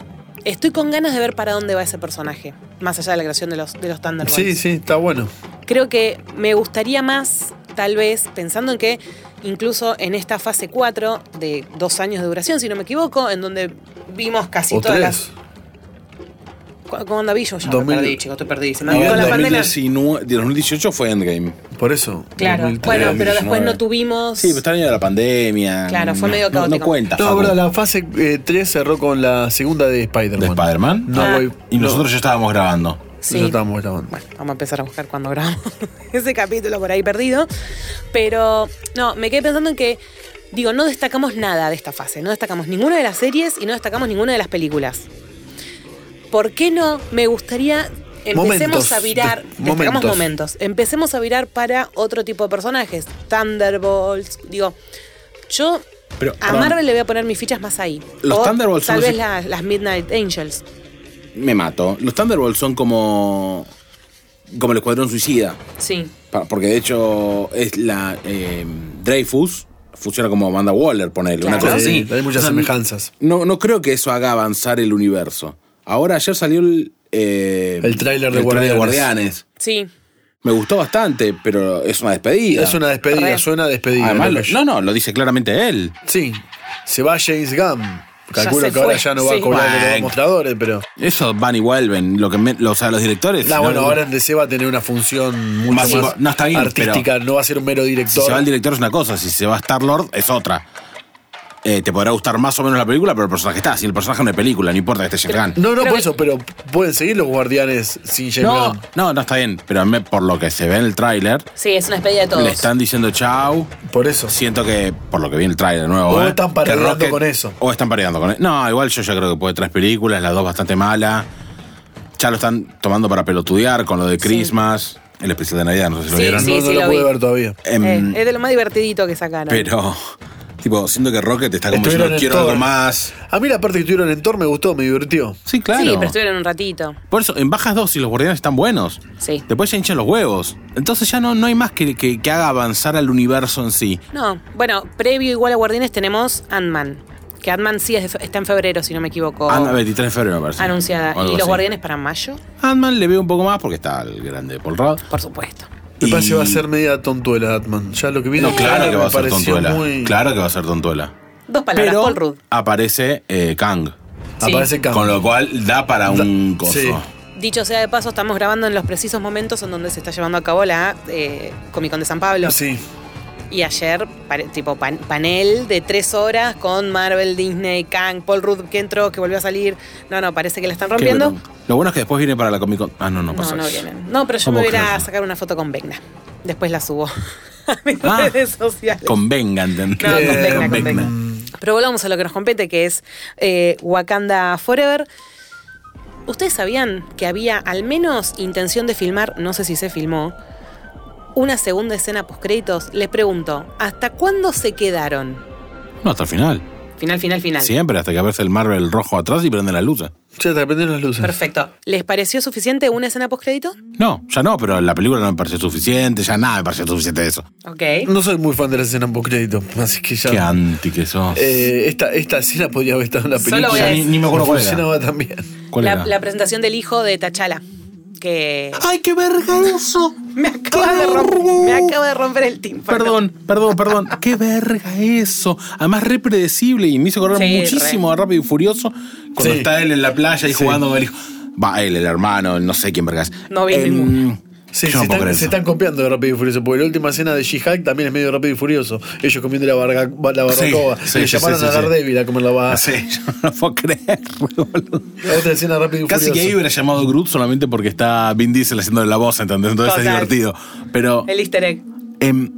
estoy con ganas de ver para dónde va ese personaje, más allá de la creación de los, de los Thunderbolts. Sí, sí, está bueno. Creo que me gustaría más, tal vez, pensando en que incluso en esta fase 4 de dos años de duración, si no me equivoco, en donde vimos casi o todas tres. las. ¿Cu- ¿Cuándo vi yo? Ya me 2000. perdí, chicos, estoy perdí. Se me Y acabó en la pandemia. 2019 2018 fue Endgame. Por eso. Eh, Claro, 2003. bueno, pero 2019. después no tuvimos. Sí, pero está el año de la pandemia. Claro, fue No, medio no- No, caótico. cuenta. No, Facu. verdad, la fase 3 cerró con la segunda de Spider-Man. ¿De Spider-Man? No, Ah. voy. Y nosotros ya estábamos grabando. Sí. Ya estábamos grabando. Bueno, vamos a empezar a buscar cuando grabamos ese capítulo por ahí perdido. Pero no, me quedé pensando en que, digo, no destacamos nada de esta fase. No destacamos ninguna de las series y no destacamos ninguna de las películas. ¿Por qué no? Me gustaría. Empecemos Momentos. a virar. De- Destacamos momentos. momentos. Empecemos a virar para otro tipo de personajes. Thunderbolts. Digo, yo Pero, A perdón, Marvel le voy a poner mis fichas más ahí. Los O Thunderbolts son Tal los- vez las, las Midnight Angels. me mato. Los Thunderbolts son como. como el Escuadrón Suicida. Sí. Pa- Porque de hecho es la eh, Dreyfus funciona como Amanda Waller, ponele, una Claro. cosa Sí, así. Eh, hay muchas O sea, semejanzas. No, no creo que eso haga avanzar el universo. Ahora ayer salió el eh, El tráiler de el tráiler Guardianes. Guardianes. Sí. Me gustó bastante, pero es una despedida. Es una despedida, Re. suena a despedida. Además, lo lo- que- no, no, lo dice claramente él. Sí, se va James Gunn. Calculo se que ahora fue, ya no va sí. a cobrar de los Bueno. mostradores, pero. Eso van y vuelven. Lo que me- lo- o sea, los directores. Nah, no- bueno, ahora en DC va a tener una función mucho Más más, impo- no, está bien, artística, no va a ser un mero Si director. se va el director es una cosa, si se va Star Lord es otra. Eh, te podrá gustar más o menos la película, pero el personaje está. Si el personaje no es película, no importa que esté James Gunn. no, no, Creo por que- eso, pero pueden seguir los guardianes sin James No, Gunn. no, no está bien. Pero a mí, por lo que se ve en el tráiler, Sí, es una despedida de todos. le están diciendo chau. Por eso. Siento que, por lo que vi en el tráiler nuevo. O eh, están que parodiando Rocket- con eso. O están pareando con eso. No, igual yo ya creo que puede tres películas, las dos bastante malas. Ya lo están tomando para pelotudear con lo de Christmas. El especial de Navidad, no sé si lo Sí, vieron. no sí, no lo lo pude vi. ver todavía. Em, Eh, es de lo más divertidito que sacaron. Pero, tipo, siento que Rocket está como Estuvieron diciendo, en quiero todo. algo más. A mí la parte que tuvieron en Thor me gustó, me divirtió. Sí, claro. Sí, pero estuvieron un ratito. Por eso, en bajas dos, si los guardianes están buenos, Sí. después ya hinchan los huevos. Entonces ya no, no hay más que, que- que haga avanzar al universo en sí. No, bueno, previo igual a Guardianes tenemos Ant-Man. Que Ant-Man sí es de fe- está en febrero, si no me equivoco. Ant-Man, 23 de febrero, me parece. Oh. anunciada. O algo ¿Y los así. Guardianes para mayo? Ant-Man le veo un poco más porque está el grande Paul Rudd. Por supuesto. Me Y- parece que va a ser media tontuela Atman. Ya lo que vi en No, el claro tráiler que va me a ser pareció tontuela. muy- Claro que va a ser tontuela. Dos palabras, Pero Paul Rudd. aparece eh, Kang. Sí. Aparece Kang. Con lo cual da para un Da- coso. sí. Dicho sea de paso, estamos grabando en los precisos momentos en donde se está llevando a cabo la eh, Comic Con de San Pablo. Sí. Y ayer, pare- tipo pan- panel de tres horas con Marvel, Disney, Kang, Paul Rudd que entró, que volvió a salir. No, no, parece que la están Qué rompiendo. bronca. Lo bueno es que después viene para la Comic Con. Ah, no, no No, pasó. no vienen. No, pero yo ¿Cómo me voy a ir a creerlo? sacar una foto con Vecna. Después la subo a mis Ah, redes sociales. Convengan, No, con ¿entendés? Eh, Vecna, con Vecna. Vecna. Pero volvamos a lo que nos compete, que es eh, Wakanda Forever. ¿Ustedes sabían que había al menos intención de filmar, no sé si se filmó, una segunda escena post-créditos? Les pregunto, ¿hasta cuándo se quedaron? No, hasta el final. Final, final, final. Siempre, hasta que aparece el Marvel rojo atrás y prende las luces. Ya te prendieron las luces. Perfecto. ¿Les pareció suficiente una escena post-crédito? No, ya no, pero la película no me pareció suficiente, ya nada me pareció suficiente de eso. Ok. No soy muy fan de la escena post crédito, así que Qué ya. anti que sos. Eh, esta, esta escena podría haber estado en la Solo película. voy a Ya ni- decir- ni me acuerdo cuál era. Funcionaba también. ¿Cuál la, era? la presentación del hijo de Tachala. Que ¡Ay, qué verga eso! me acaba, de romper, me acaba de romper el tímpano. Perdón, perdón, perdón. ¡Qué verga eso! Además, re predecible y me hizo correr Sí, re. muchísimo a Rápido y Furioso cuando Sí. está él en la playa y jugando con el hijo. Va, él, el hermano, no sé quién verga es. No vi Em, ninguno. Sí, se, yo no puedo están, creer se eso. están copiando de Rápido y Furioso, porque la última escena de She-Hulk también es medio Rápido y Furioso. Ellos comiendo la, barga, la Sí, barbacoa. sí, Le sí, llamaron sí, a sí. Daredevil a comer la barbacoa. Sí, yo no puedo creer, boludo. Otra escena de Rápido y Casi que ahí Furioso. hubiera llamado Groot solamente porque está Vin Diesel haciendo la voz, ¿entendés? Entonces es Total. divertido. Pero. El easter egg. em,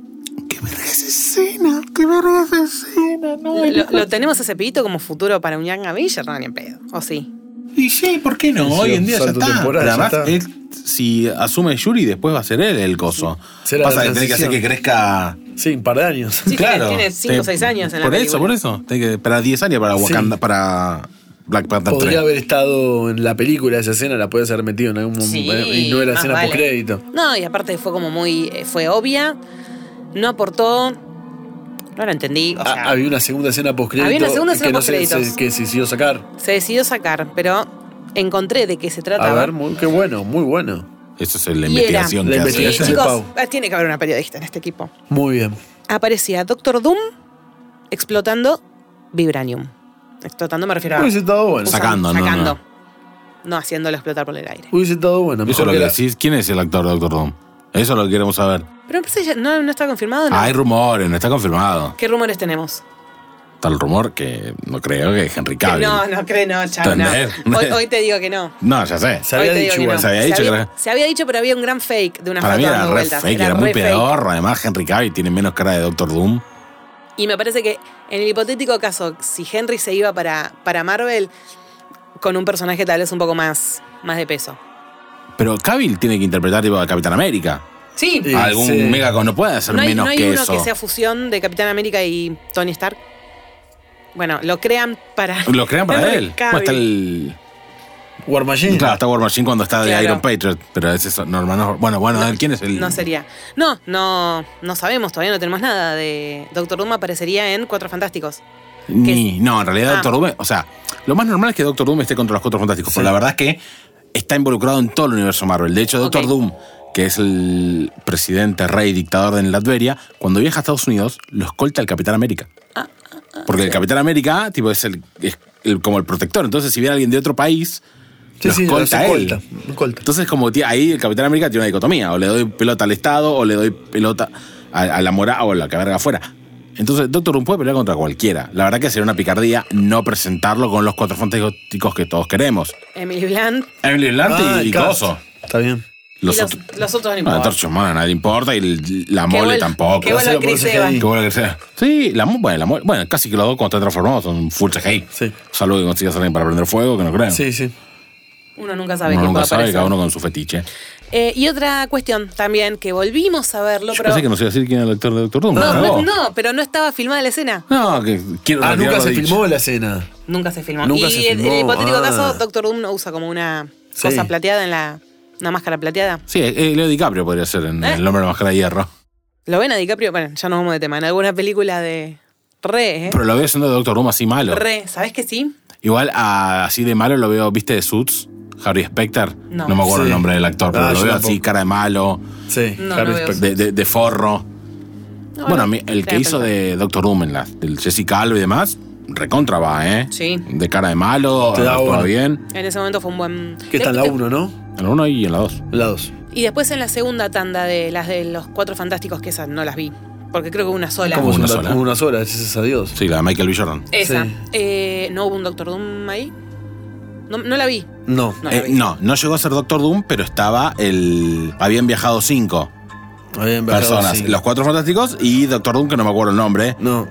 ¡Qué verga esa escena! ¡Qué verga esa escena! No, El- Lo, lo tenemos ese pibito como futuro para un Young Avenger, no, ni en pedo. ¿O sí? Y sí, ¿por qué no? Sí, Hoy en día ya salto está. temporal, Pero ya además, está. él, si asume Yuri, después va a ser él el coso. Será Pasa la que tenés que hacer transición. que crezca. Sí, un par de años. Sí, tiene- claro. tiene cinco o Te- seis años en la Por eso, película. por eso. Tenés que esperar 10 años para Wakanda, Sí. para Black Panther Podría 3. haber estado en la película esa escena, la puede haber metido en algún momento. Y no era más escena vale. post crédito. No, y aparte fue como muy. eh, fue obvia. No aportó. No lo entendí. O sea, Ah, había una segunda escena post crédito. Había una segunda escena que no sé, postcréditos. se- que se decidió sacar. se decidió sacar, pero encontré de qué se A trataba. ver, muy- qué bueno, muy bueno. Eso es la Y era- investigación La que Y, hace. investigación. de chicos, Pau. ah, tiene que haber una periodista en este equipo. Muy bien. Aparecía Doctor Doom explotando Vibranium. Explotando me refiero a. Hubiese estado bueno. usando- Sacando, no, sacando. no. No haciéndolo explotar por el aire. Hubiese estado bueno. Eso Mejor es lo que que la- decís. ¿Quién es el actor de Doctor Doom? Eso es lo que queremos saber. Pero me parece que ya- no, no está confirmado, ¿no? Hay rumores, no está confirmado. ¿Qué rumores tenemos? Tal rumor que no creo que Henry Que Cavill. no, no creo, no, chao, no. Entender. Hoy, hoy te digo que no. No, ya sé. Se había Hoy te digo dicho que igual, no. se había dicho que era- se había dicho, pero había un gran fake de una Para mí foto era dando re vueltas. fake, era, muy re fake. pedorro. Además, Henry Cavill tiene menos cara de Doctor Doom. Y me parece que en el hipotético caso, si Henry se iba para, para Marvel, con un personaje tal vez un poco más, más de peso. Pero Cavill tiene que interpretar tipo a Capitán América. Sí. Sí, Algún sí. mega no puede hacer No hay, menos no hay que uno eso. que sea fusión de Capitán América y Tony Stark. Bueno, lo crean para. Lo crean para Henry él. Cavill. Bueno, está el. War Machine. Claro, está War Machine cuando está de Claro. Iron Patriot, pero es eso, no, hermano. Bueno, bueno, ¿quién es el.? No sería. No, no, no sabemos, todavía no tenemos nada de. Doctor Doom aparecería en Cuatro Fantásticos. Ni, no, en realidad Ah. Doctor Doom, o sea, lo más normal es que Doctor Doom esté contra los Cuatro Fantásticos, pero la verdad es que está involucrado en todo el universo Marvel. De hecho, Doctor Ok. Doom, que es el presidente, rey, dictador de Latveria, cuando viaja a Estados Unidos, lo escolta el Capitán América. Ah, Porque el Capitán América, tipo, es, el, es el- como el protector. Entonces, si viene alguien de otro país, Sí, lo sí, escolta lo a él. escolta, lo escolta. Entonces, como tie- ahí el Capitán América tiene una dicotomía. O le doy pelota al Estado, o le doy pelota a, a la mora o a la que verga afuera. Entonces, Doctor Doom puede pelear contra cualquiera. La verdad que sería una picardía no presentarlo con los cuatro fantásticos que todos queremos. Emily Blunt. Emily Blunt Ah, y, y cast. Coso. Está bien. Los, y los, otros- los otros no Ah, la importa. Torcha Humana, nadie le importa y el- la Que mole vuel- tampoco. Que vuelva Hacelo por Chris CGI. Evans. Que vuelva que sea. Sí, la, mo- bueno, la mole. Bueno, casi que los dos cuando están transformados son full CGI. Sí. Salvo que consigas a alguien para prender fuego, que no creo. Sí, sí. Uno nunca sabe Uno quién nunca puede sabe, aparecer. cada uno con su fetiche. Eh, y otra cuestión también que volvimos a verlo, Yo pero. pensé que nos iba a decir quién era el actor de Doctor Doom. no, ¿no? no, no, pero no estaba filmada la escena. No, que quiero Ah, retirar nunca lo se dicho. filmó la escena. Nunca se filmó. Nunca y se en filmó, el hipotético ah. caso, Doctor Doom no usa como una Sí. cosa plateada en la. Una máscara plateada. Sí, eh, Leo DiCaprio podría ser en ¿Eh? El hombre de la máscara de hierro. ¿Lo ven a DiCaprio? Bueno, ya nos vamos de tema. En alguna película de. Re, ¿eh? Pero lo veo siendo de Doctor Doom así malo. Re. ¿Sabes que sí? Igual a- así de malo lo veo, ¿viste de Suits? Harry Specter. No. me acuerdo Sí. el nombre del actor, pero Ah, lo yo veo así, tampoco. cara de malo, Sí. No, Harry no veo. Specter. de, de- de forro. No, bueno, no. a mí, el que Claro, hizo perfecto. de Doctor Doom en la, del Jessica Alba y demás, recontra va, ¿eh? Sí. De cara de malo, Te da actúa bueno. bien. En ese momento fue un buen. Que está en la Te- 1, ¿no? En la 1 y en la 2. La 2. Y después en la segunda tanda de las de los cuatro fantásticos, que esas no las vi. Porque creo que hubo una sola. ¿Cómo? Una una sola. sola. Una sola, gracias a Dios. Sí, la de Michael B. Jordan. Esa. Sí. Eh, ¿No hubo un Doctor Doom ahí? No, no la vi. No. No, la Eh, vi. no, no llegó a ser Doctor Doom, pero estaba el. Habían viajado cinco Habían bajado, personas. sí. Los cuatro fantásticos y Doctor Doom, que no me acuerdo el nombre. No.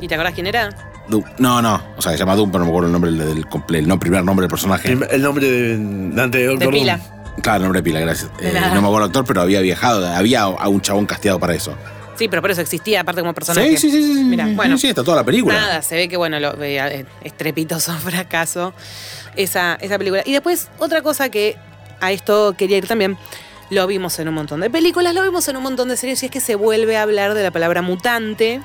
¿Y te acordás quién era? Doom. No, no. O sea, se llama Doom, pero no me acuerdo el nombre del, del comple- el no, primer nombre del personaje. Prim- El nombre de antes de De Doctor Doom. pila. Claro, el nombre de pila, gracias. De Eh, nada. no me acuerdo el actor, pero había viajado. Había a un chabón casteado para eso. Sí, pero por eso existía, aparte como personaje. Sí, sí, sí, sí. sí. Mira, Sí, bueno. Sí, está toda la película. Nada, se ve que, bueno, lo, eh, eh, estrepitoso fracaso esa, esa película. Y después, otra cosa que a esto quería ir también, lo vimos en un montón de películas, lo vimos en un montón de series, y es que se vuelve a hablar de la palabra mutante,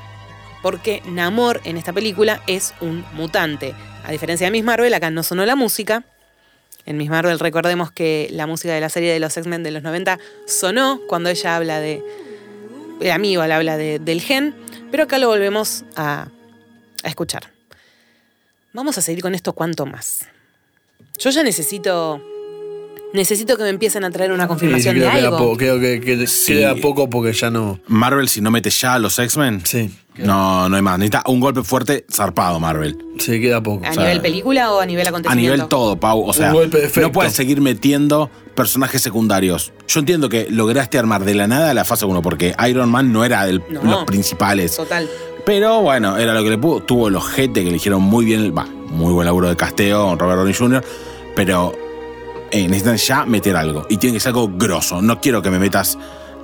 porque Namor en esta película es un mutante. A diferencia de Miss Marvel, acá no sonó la música. En Miss Marvel recordemos que la música de la serie de los X-Men de los 90 sonó cuando ella habla de... La Aníbal habla de- del gen, pero acá lo volvemos a, a escuchar. Vamos a seguir con esto cuanto más. Yo ya necesito. Necesito que me empiecen a traer una Sí, confirmación de creo que, era algo. poco, creo que, que Sí. queda poco porque ya no. Marvel, si no mete ya a los X-Men. Sí. No, no hay más. Necesita un golpe fuerte zarpado, Marvel. Sí, queda poco. ¿A nivel película o a nivel A acontecimiento? nivel todo, Pau. O sea, Un golpe de efecto. no puedes seguir metiendo personajes secundarios. Yo entiendo que lograste armar de la nada la fase 1, porque Iron Man no era de No. los principales. Total. Pero bueno, era lo que le pudo. Tuvo el ojete que le hicieron muy bien. Va, muy buen laburo de casteo con Robert Downey Jr. Pero eh, necesitan ya meter algo. Y tiene que ser algo grosso. No quiero que me metas.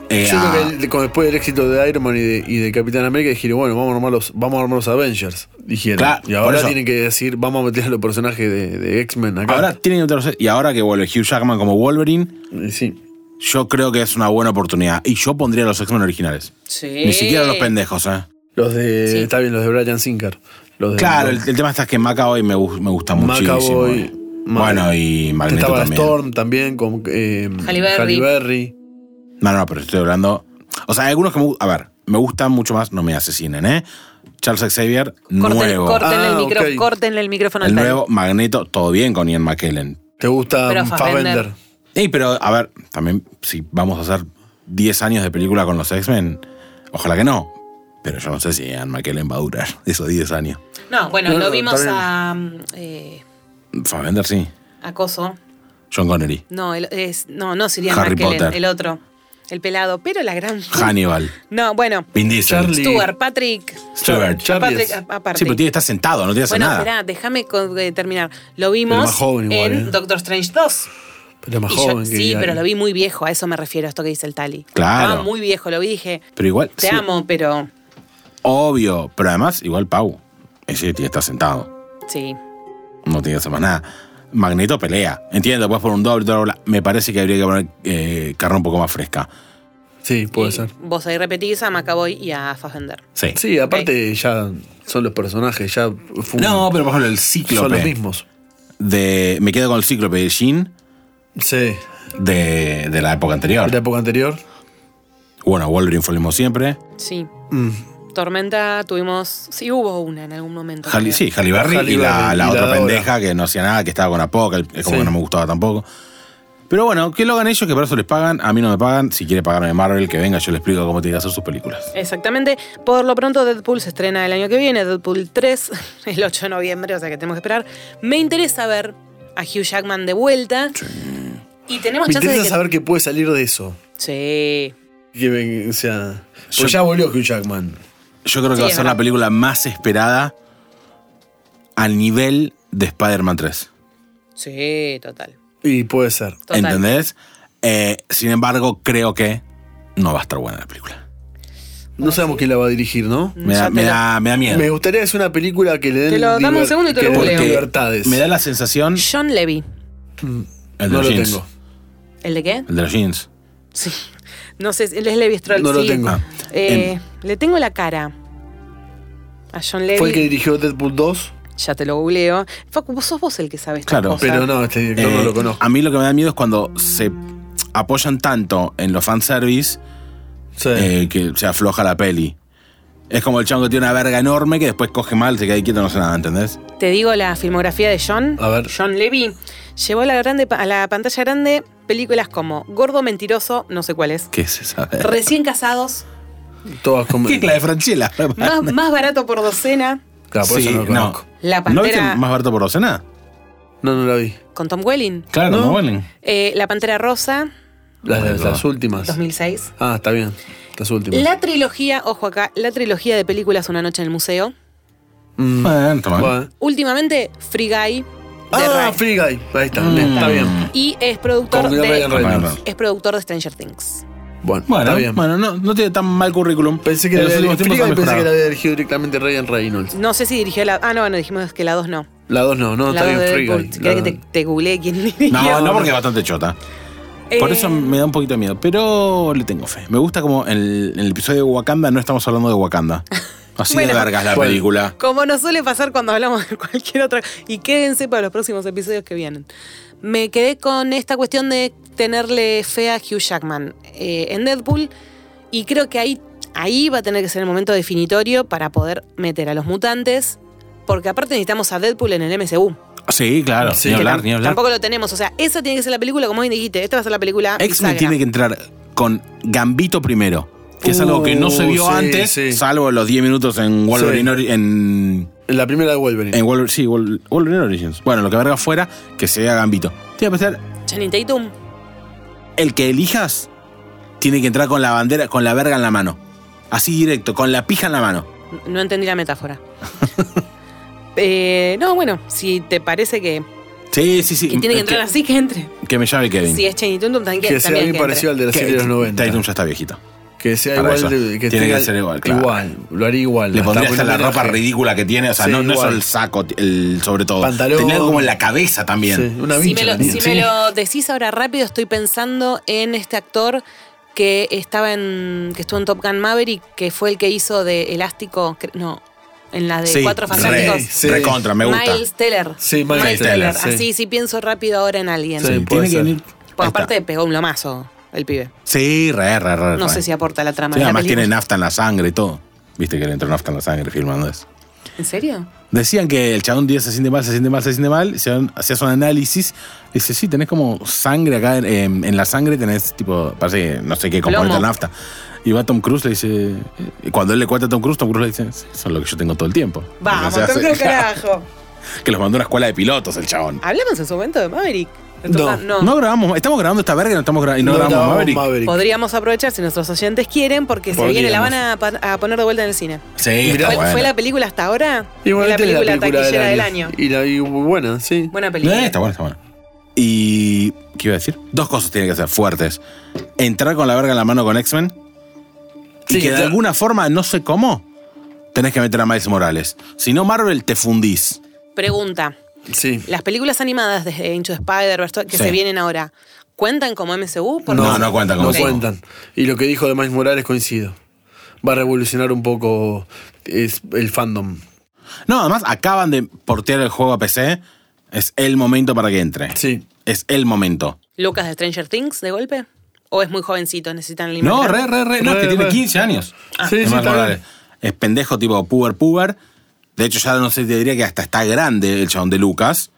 eh, Yo a- creo que el- como después del éxito de Iron Man y de, y de Capitán América dijeron, bueno, vamos a armar los, vamos a armar los Avengers. Dijeron. Claro, y por ahora eso. tienen que decir, vamos a meter a los personajes de, de X-Men acá. ahora tienen que meter los- Y ahora que vuelve Hugh Jackman como Wolverine, Y sí. yo creo que es una buena oportunidad. Y yo pondría los X-Men originales. Sí. Ni siquiera los pendejos, ¿eh? Los de. Sí. Está bien, los de Brian Singer. Los de Claro, el, el tema está que Macaboy me, gu- me gusta muchísimo. eh. Macaboy, bueno, y Magneto Estaba también. Storm también, con eh, Halle Berry. Halle Berry. No, no, pero estoy hablando. O sea, hay algunos que me gu- A ver, me gustan mucho más, no me asesinen, ¿eh? Charles Xavier, Corten- nuevo. Córtenle, el Ah, micro- ok. córtenle el micrófono al el Tani. nuevo Magneto, todo bien con Ian McKellen. ¿Te gusta Pero um, Fassbender. Fassbender? Ey, pero a ver, también si vamos a hacer 10 años de película con los X-Men, ojalá que no. Pero yo no sé si Ian McKellen va a durar esos 10 años. No, bueno, No, lo no, vimos está a. mm, eh, Fassbender sí. a Coso. John Connery. No, el- es, no, no sería Harry Markelen, Potter. el otro. El pelado, pero la gran. Hannibal. No, bueno. Vin Diesel. Charlie. Stuart, Patrick. Stewart. Charlie Patrick, es- a- aparte. Sí, pero tiene que estar sentado, no tiene que hacer Bueno, nada. espera, déjame con- eh, terminar. Lo Pero vimos más joven igual, en ¿eh? Doctor Strange 2. Pero más Y yo- joven que sí, Ian. pero lo vi muy viejo, a eso me refiero, a esto que dice el Tali. Claro. Estaba muy viejo, lo vi y dije, Pero igual. te sí, amo, pero Obvio. Pero además, igual Pau. Es decir, tiene que estar sentado. Sí. No tiene que hacer más nada. Magneto pelea. Entiendo, puedes poner un doble, bla, bla, bla. Me parece que habría que poner eh, carne un poco más fresca. Sí, puede Y ser. Vos ahí repetís a Macaboy y a Fassbender. Sí. Sí, aparte ya son los personajes, ya fue un- No, pero por ejemplo, son el los cíclope. mismos. De, me quedo con el cíclope de Jean Sí, de, de la época de la anterior. época anterior. Bueno, Wolverine fue el mismo siempre. Sí. Mm. Tormenta tuvimos. Sí, hubo una en algún momento. Hali- creo. sí, Halibarri Halle y la, Berry la Eh, y la otra Dora. pendeja que no hacía nada, que estaba con Apoca, es como Sí. que no me gustaba tampoco. Pero bueno, que lo hagan ellos, que por eso les pagan, a mí no me pagan. Si quiere pagarme Marvel, que venga, yo le explico cómo tiene que hacer sus películas. Exactamente. Por lo pronto, Deadpool se estrena el año que viene, Deadpool 3, el 8 de noviembre, o sea que tenemos que esperar. Me interesa ver a Hugh Jackman de vuelta. Y tenemos Me chance de interesa que. saber qué puede salir de eso. Sí. Que ven- o sea, pues Yo- ya volvió Hugh Jackman. Yo creo que Sí, va a es ser verdad. la película más esperada al nivel de Spider-Man 3. Sí, total. Y puede ser. Total. ¿Entendés? Eh, sin embargo, creo que no va a estar buena la película. No sabemos quién la va a dirigir, ¿no? Me Ya da, te me lo- da- me da miedo. Me gustaría hacer una película que le den Te lo dame un liber- segundo y te que lo le den googleo. libertades. Me da la sensación. John Levy. El no de los lo jeans. tengo. ¿El de qué? El de los jeans. Sí. No sé, él es Levi Stroll. No lo sí. tengo. Ah. Eh, Le tengo la cara a John Levy. Fue el que dirigió Deadpool 2, Ya te lo googleo. Facu, vos sos vos el que sabe estas Claro, cosas. pero no, este director no Eh, lo conozco. A mí lo que me da miedo es cuando se apoyan tanto en los fanservice Sí. eh, que se afloja la peli. Es como el chango que tiene una verga enorme que después coge mal, se queda ahí quieto, no hace nada, ¿entendés? Te digo la filmografía de John. A ver. John Levy llevó a la, grande, a la pantalla grande películas como Gordo Mentiroso, no sé cuál es. ¿Qué es esa? Recién casados, Todas con... ¿Qué es la de Franchella? Ah, más, más barato por docena. Claro, por Sí, eso no lo no. conozco. La ¿No viste Pantera más barato por docena? No, no, la vi. con Tom Welling. Claro, No. no, huelen. Eh, la Pantera Rosa, Las, Bueno. las últimas. 2006. Ah, está bien. Las últimas. La trilogía, ojo acá, la trilogía de películas Una Noche en el Museo. Mm. Bueno, toma. Bueno. Últimamente, Free Guy. de Ah, Ryan. Free Guy. Ahí está. Mm. Está bien. y es productor, Con Ryan de, Reynolds. es productor de Stranger Things. Bueno, Bueno, está bien. bueno no, no tiene tan mal currículum. Pensé que, En la los había, últimos tiempos Free Guy ha pensé que la mejorado. había dirigido directamente Ryan Reynolds. No sé si dirigió la. Ah, no, no, dijimos que la 2 no. La 2 no, la no, está 2 bien de Free Deadpool. Guy. ¿Querés La- que te, te googleé quién dirigió? No, no, porque es bastante chota. Por Eh, eso me da un poquito de miedo, pero le tengo fe. Me gusta como en el, en el episodio de Wakanda no estamos hablando de Wakanda. Así de Bueno. vergas la Bueno. película. Como nos suele pasar cuando hablamos de cualquier otra. Y quédense para los próximos episodios que vienen. Me quedé con esta cuestión de tenerle fe a Hugh Jackman eh, en Deadpool. Y creo que ahí, ahí va a tener que ser el momento definitorio para poder meter a los mutantes. Porque aparte necesitamos a Deadpool en el MCU. Sí, claro. Sí. ni que hablar, tam- ni hablar. Tampoco lo tenemos. O sea, esa tiene que ser la película, como bien dijiste. Esta va a ser la película. X-Men bisagra. tiene que entrar con Gambito primero. Que es algo que no se Uh, vio sí, antes, sí. salvo los 10 minutos en Wolverine, Sí. Ori- en, La primera de Wolverine. en Wolver- sí, Wol- Wolverine Origins. Bueno, lo que verga fuera, que sea Gambito. Tiene que ser Channing Tatum. el que elijas, tiene que entrar con la bandera, con la verga en la mano. Así directo, con la pija en la mano. No entendí la metáfora. Eh, no, bueno, si te parece que, Sí, sí, sí. que tiene que entrar así, que entre. Que me llame Kevin. Si es Channing Tatum, también que sea también bien que parecido al entre. de la serie de los 90. Tatum ya está viejito. Que sea Para igual. eso. de- que Tiene que tenga- ser igual, claro. Igual, lo haría igual. Le Hasta pondría hasta ponerle la ropa traje. ridícula que tiene. O sea, Sí, no, no es igual. solo el saco, el, sobre todo. Pantalón. Tenía algo como en la cabeza también. Sí, una Si vincha. me, lo, tenía. si Sí. me lo decís ahora rápido, estoy pensando en este actor que estaba en. que estuvo en Top Gun Maverick, que fue el que hizo de Elástico. cre- No, en la de Sí, Cuatro re, Fantásticos. sí. recontra, me gusta. Miles Teller. Sí, Miles Teller, Así, sí. sí. pienso rápido ahora en alguien. Sí. Sí, puede tiene que ser. venir. Pues Ahí está. aparte pegó un lomazo el pibe. Sí, re, re, re. No re. sé si aporta la trama Sí, de la además película. tiene nafta en la sangre y todo. Viste que le entró nafta en la sangre filmando eso. ¿En serio? Decían que el chabón 10 se siente mal, se siente mal, se siente mal. Hacían- Hacías un análisis. Dice, sí, tenés como sangre acá. En, en- en la sangre tenés, tipo, parece que no sé qué componente de Plomo. nafta. Y va Tom Cruise, le dice. eh, Cuando él le cuenta a Tom Cruise, Tom Cruise le dice, "Sí, eso es lo que yo tengo todo el tiempo. Vamos, Entonces, Tom Cruise, hace- carajo. Que los mandó a una escuela de pilotos, el chabón. Hablamos en su momento de Maverick. De Top No, Gun, no. No grabamos, estamos grabando esta verga y no estamos gra- y no, grabamos, Maverick. Podríamos aprovechar si nuestros oyentes quieren, porque se viene, la van a, pa- a poner de vuelta en el cine. Sí, Mirá, está ¿Cuál bueno. fue la película hasta ahora? Igual la esta es película taquillera del año. Y la y buena, sí. Buena película. Eh, está bueno, está bueno. Y. ¿Qué iba a decir? Dos cosas tienen que hacer fuertes: entrar con la verga en la mano con X-Men. Sí, y que de está- alguna forma, no sé cómo, tenés que meter a Miles Morales. Si no, Marvel te fundís. Pregunta. Sí. Las películas animadas de Into Spider-Verse que Sí. se vienen ahora, ¿cuentan como MCU? Porque- No, no cuentan como No eso. cuentan. Y lo que dijo de Miles Morales coincido. Va a revolucionar un poco es, el fandom. No, además acaban de portear el juego a PC. Es el momento para que entre. Sí. Es el momento. ¿Lucas de Stranger Things de golpe? ¿O es muy jovencito? ¿Necesitan alimentar? No, re, re, re. No, Re, es que tiene re. 15 años. Ah, Sí, Es sí, más está Morales. bien. Es pendejo tipo puber puber. De hecho, ya no sé, te diría que hasta está grande el chabón de Lucas.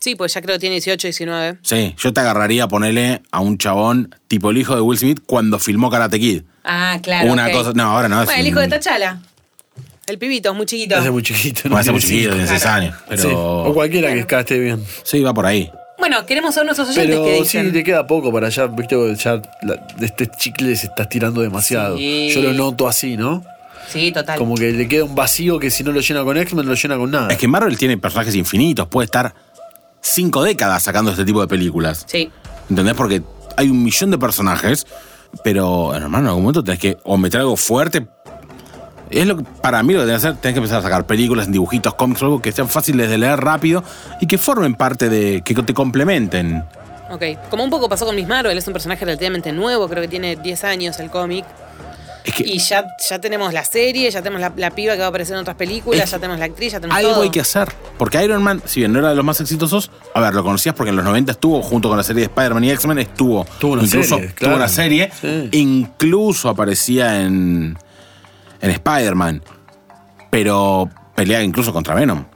Sí, pues ya creo que tiene 18, 19. Sí, yo te agarraría a ponerle a un chabón tipo el hijo de Will Smith cuando filmó Karate Kid. Ah, claro. Una ok. cosa- no, ahora no, es Bueno, el hijo de un- Tachala. El pibito, es muy chiquito. Hace muy chiquito. No hace tiene mucho tiempo, cinco. tiene 6 años. Sí. O Pero. cualquiera que esté bien. Sí, va por ahí. Bueno, queremos saber nuestros oyentes Pero que sí, dicen. le queda poco para allá. Viste, ya la- de este chicle se está estirando demasiado. Sí. Yo lo noto así, ¿no? Sí, total. Como que le queda un vacío que si no lo llena con X-Men, lo llena con nada. Es que Marvel tiene personajes infinitos, puede estar cinco décadas sacando este tipo de películas. Sí. ¿Entendés? Porque hay un millón de personajes, pero hermano, en algún momento tenés que o meter algo fuerte. Es lo que para mí lo que tenés que hacer, tenés que empezar a sacar películas, en dibujitos, cómics, algo que sean fáciles de leer rápido y que formen parte de. que te complementen. Ok. Como un poco pasó con Miss Marvel, es un personaje relativamente nuevo, creo que tiene 10 años el cómic. Es que Y ya, ya tenemos la serie, ya tenemos la, la piba que va a aparecer en otras películas, Es- ya tenemos la actriz, ya tenemos algo todo. hay que hacer. Porque Iron Man, si bien no era de los más exitosos, a ver, lo conocías porque en los 90 estuvo junto con la serie de Spider-Man y X-Men, estuvo. Tuvo una incluso, serie, claro. Tuvo una serie. Sí. Incluso aparecía en. en Spider-Man. Pero peleaba incluso contra Venom.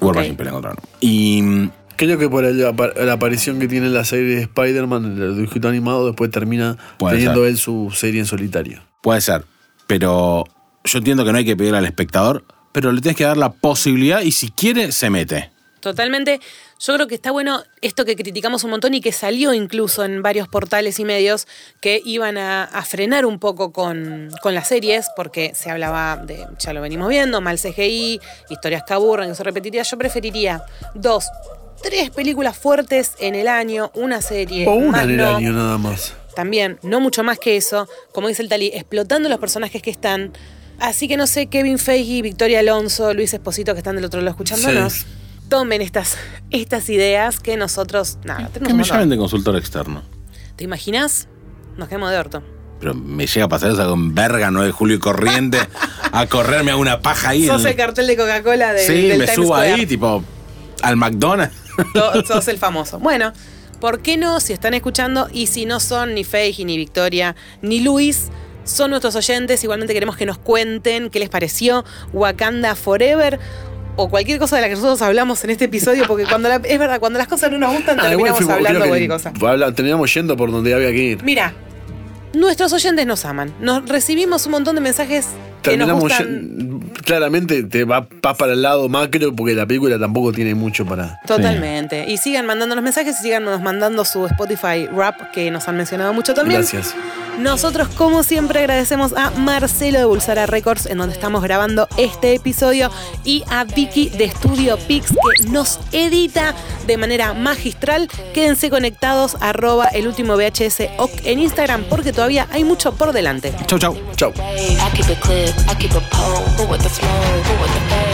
Wolverine pelea contra Venom. Y. mm, Creo que por el apa- la aparición que tiene en la serie de Spider-Man, el dibujito animado, después termina Puede teniendo ser. él su serie en solitario. Puede ser. Pero yo entiendo que no hay que pedirle al espectador, pero le tienes que dar la posibilidad y si quiere, se mete. Totalmente. Yo creo que está bueno esto que criticamos un montón y que salió incluso en varios portales y medios que iban a, a frenar un poco con, con las series, porque se hablaba de, ya lo venimos viendo, mal CGI, historias que aburren, que son repetitivas. Yo preferiría dos, tres películas fuertes en el año, una serie. o una más en el no. año nada más. También, no mucho más que eso, como dice el Tali, explotando los personajes que están. Así que no sé, Kevin Feige, Victoria Alonso, Luis Esposito, que están del otro lado escuchándonos, Sí. tomen estas, estas ideas que nosotros. Nada, tenemos Que un me montón. llamen de consultor externo. ¿Te imaginas? Nos quedamos de orto. Pero me llega a pasar eso con verga 9 de julio y corriente a correrme a una paja ahí. Sos en- el cartel de Coca-Cola de, sí, del me Times subo Square. ahí, tipo, al McDonald's. To- Sos el famoso. Bueno, ¿por qué no? Si están escuchando y si no son ni Feige, ni Victoria, ni Luis, son nuestros oyentes. Igualmente queremos que nos cuenten qué les pareció Wakanda Forever o cualquier cosa de la que nosotros hablamos en este episodio, porque cuando la- es verdad, cuando las cosas no nos gustan, Ah, igual terminamos fuimos- hablando creo que cualquier cosa. habla- terminamos yendo por donde había que ir. Mira, nuestros oyentes nos aman. Nos recibimos un montón de mensajes que nos Terminamos gustan. ye- claramente te va- vas para el lado macro porque la película tampoco tiene mucho para. Totalmente. Y sigan mandando los mensajes y sigan nos mandando su Spotify rap que nos han mencionado mucho también. Gracias. Nosotros, como siempre, agradecemos a Marcelo de Bulsara Records, en donde estamos grabando este episodio, y a Vicky de Studio Pix, que nos edita de manera magistral. Quédense conectados, arroba el último VHS ok en Instagram, porque todavía hay mucho por delante. Chau, chau. Chau. I keep it clip, I keep a pole. Who with the smoke, who with the fade?